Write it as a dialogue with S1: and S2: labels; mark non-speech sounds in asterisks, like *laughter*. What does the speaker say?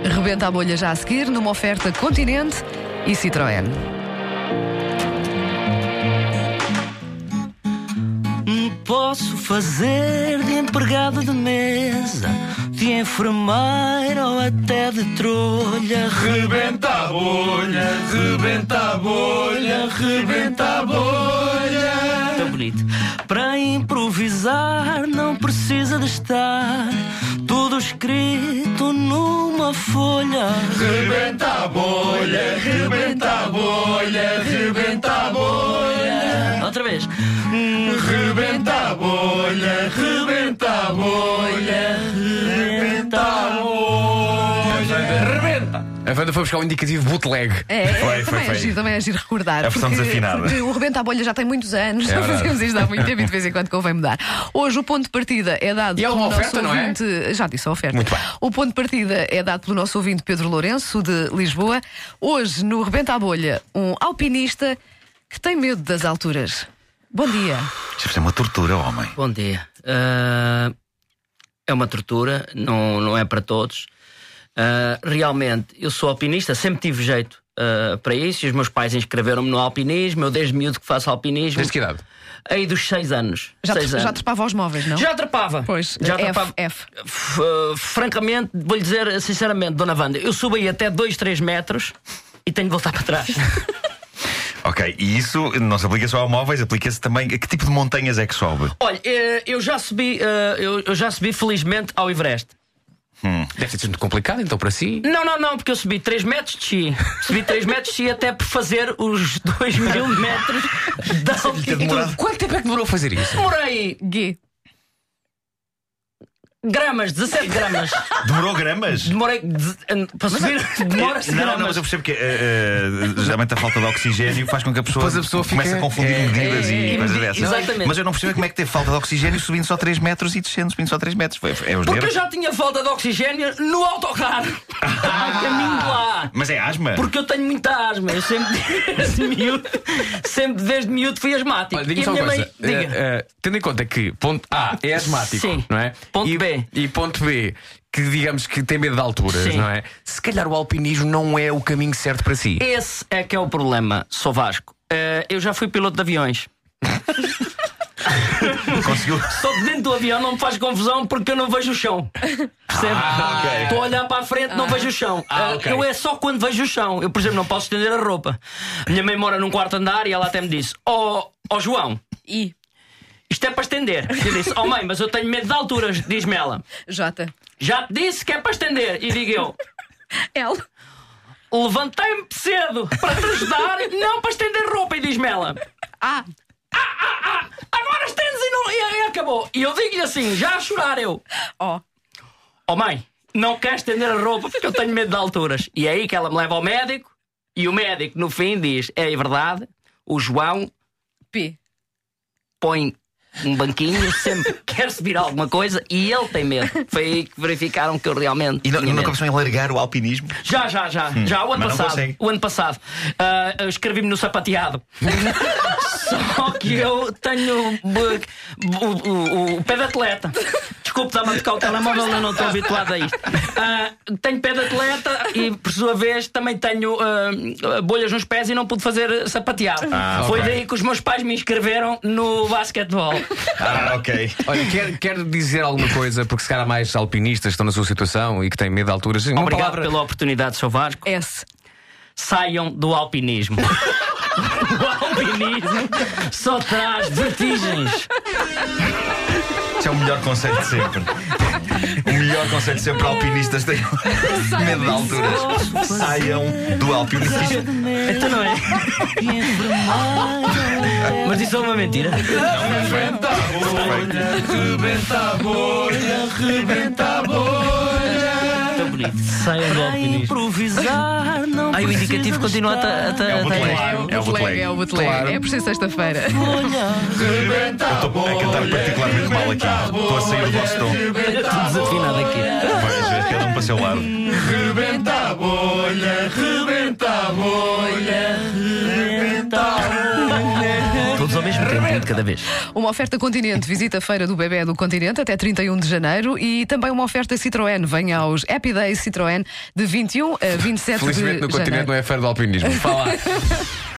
S1: Rebenta a bolha já a seguir numa oferta Continente e Citroën.
S2: Posso fazer de empregado de mesa, de enfermeira ou até de trolha.
S3: Rebenta a bolha, rebenta a bolha, rebenta a bolha.
S2: Tá bonito. Para improvisar não precisa de estar tudo escrito numa folha.
S3: Rebenta a bolha, rebenta a bolha, rebenta a bolha.
S2: Outra vez.
S3: Rebenta a bolha, rebenta a bolha, rebenta a bolha. Rebenta!
S4: A Wanda foi buscar um indicativo bootleg.
S1: É, é,
S5: Foi, foi,
S1: também é
S5: foi.
S1: giro, também é giro recordar.
S5: É a versão
S1: porque,
S5: desafinada.
S1: porque o Rebenta à Bolha já tem muitos anos,
S5: É
S1: não
S5: verdade.
S1: *laughs* fazemos isto há muito tempo e de vez em quando convém mudar. Hoje o ponto de partida é dado
S4: E é
S1: pelo
S4: uma
S1: nosso
S4: oferta, não é?
S1: ouvinte. Já disse a oferta.
S5: Muito bem.
S1: O ponto de partida é dado pelo nosso ouvinte Pedro Lourenço, de Lisboa. Hoje, no Rebenta à Bolha, um alpinista que tem medo das alturas. Bom dia.
S5: Isto é uma tortura, homem.
S2: Bom dia. Ah, é uma tortura, não, não é para todos. Ah, realmente, eu sou alpinista, sempre tive jeito ah, para isso. E os meus pais inscreveram-me no alpinismo. Eu, desde miúdo, que faço alpinismo.
S4: Desde que idade?
S2: Aí dos seis anos.
S1: Já,
S2: Seis
S1: tre-
S2: anos.
S1: já trepava aos móveis, não?
S2: Já atrapava.
S1: Pois,
S2: Já
S1: F,
S2: atrapava.
S1: F.
S2: F- ah, francamente, vou-lhe dizer sinceramente, Dona Wanda, eu subo aí até 2, 3 metros e tenho de voltar
S1: *laughs*
S2: para trás.
S5: Ok, e isso não se aplica só a móveis, aplica-se também. A que tipo de montanhas é que sobe?
S2: Olha, eh, eu já subi, eh, eu eu já subi felizmente ao Everest.
S4: Deve ter sido muito complicado, então, para si.
S2: Não, não, não, porque eu subi 3 metros de chi. Subi 3 metros de chi até por fazer os 2 mil metros de altitude.
S5: demorado.
S4: Quanto tempo é que demorou a fazer isso?
S2: Demorei
S1: G.
S2: gramas, 17 gramas.
S5: Demorou gramas?
S2: Demorei. de- eh, Para
S4: é
S2: subir, demora-se
S5: Não,
S2: gramas.
S5: não, mas eu percebo que eh, eh, geralmente a falta de oxigênio faz com que a pessoa,
S4: Pois a pessoa fica-
S5: comece a confundir
S4: é,
S5: medidas
S2: é,
S5: e
S2: é,
S5: coisas
S2: é,
S5: dessas.
S2: exatamente.
S5: Mas eu não percebo como é que teve falta de oxigênio subindo só 3 metros e descendo, subindo só 3 metros. Foi- É os
S2: Porque eu
S5: nervos.
S2: já tinha falta de oxigênio no autocarro.
S4: Ah.
S2: A caminho de lá.
S5: Mas é asma.
S2: Porque eu tenho muita asma. Eu sempre *laughs* desde miúdo, sempre desde miúdo fui asmático.
S4: Olha, diga-me
S2: E
S4: só
S2: a
S4: uma
S2: minha
S4: coisa.
S2: mãe. Diga.
S4: Eh, eh, tendo em conta que ponto A é asmático,
S2: Sim.
S4: não é?
S2: Ponto
S4: e,
S2: B.
S4: E ponto B, que digamos que tem medo de alturas,
S2: Sim.
S4: não é? Se calhar o alpinismo não é o caminho certo para si.
S2: Esse é que é o problema, sou Vasco. Eh, eu já fui piloto de aviões.
S5: conseguiu.
S2: Só de dentro do avião não me faz confusão porque eu não vejo o chão. Percebe?
S4: Ah, ok.
S2: Estou a olhar para a frente, não vejo o chão.
S4: Ah,
S2: Eh,
S4: ok.
S2: Eu é só quando vejo o chão. Eu, por exemplo, não posso estender a roupa. Minha mãe mora num quarto andar e ela até me disse: Ó oh, João,
S1: I.
S2: isto é para estender. Eu disse: Ó mãe, mas eu tenho medo de alturas, diz-me ela.
S1: J.
S2: Já te disse que é para estender. E digo eu:
S1: L.
S2: Levantei-me cedo para te ajudar, não para estender roupa. E diz-me ela:
S1: A.
S2: Agora estendes e, não, e, e acabou. E eu digo-lhe assim, já a chorar eu.
S1: O.
S2: Oh mãe, não quero estender a roupa porque eu tenho medo de alturas. E é aí que ela me leva ao médico e o médico no fim diz, é verdade, o João
S1: P.
S2: põe um banquinho, sempre *laughs* quer subir alguma coisa e ele tem medo. Foi aí que verificaram que eu realmente
S5: E, não,
S2: tinha
S5: e nunca
S2: medo.
S5: pensou em largar o alpinismo?
S2: Já, já, já. já, o ano
S5: mas não
S2: passado.
S5: consegue.
S2: O ano passado. Ah, eu Escrevi-me no
S5: *laughs*
S2: sapateado. Só que eu tenho bu- bu- o, o- o pé de atleta. Desculpe, estava a tocar o telemóvel, eu não estou habituado a isto. Ah, tenho pé de atleta e, por sua vez, também tenho ah, bolhas nos pés e não pude fazer sapateado.
S5: Ah,
S2: Foi
S5: ok.
S2: daí que os meus pais me inscreveram no basquetebol.
S5: Ah, ok.
S4: Olha, quer, quer dizer alguma coisa, porque se calhar há mais alpinistas que estão na sua situação e que têm medo de alturas. Uma
S2: Obrigado
S4: palavra-
S2: pela oportunidade, Sr. Vasco.
S1: S.
S2: saiam do alpinismo. *laughs* o alpinismo só traz vertigens.
S5: Esse é o melhor conselho de sempre. O melhor conselho de sempre para alpinistas tem medo de alturas. Saiam do alpinismo.
S2: Então não é? Mas isso é uma mentira.
S3: Rebenta a bolha, rebenta a bolha, rebenta a bolha.
S2: Tão bonito. Saiam do alpinismo. improvisar, não Aí o indicativo continua a.
S5: É o bootleg.
S1: É o bootleg. É o bootleg. É por ser *laughs* sexta-feira.
S3: Rebenta a
S5: Estou a cantar particularmente mal aqui. Estou a sair do vosso tom.
S2: Estou desafinado aqui.
S5: Pois, é, cada um para o seu lado.
S3: Rebenta a bolha, rebenta a bolha, rebenta a bolha.
S5: Todos a
S2: ao mesmo tempo, um de cada vez.
S1: Uma oferta Continente, visita a Feira do Bebé do Continente até 31 de janeiro e também uma oferta Citroën. Venha aos Happy Days Citroën de 21 a 27 de
S4: Felizmente
S1: janeiro.
S4: no continente não é feira do alpinismo. Fala.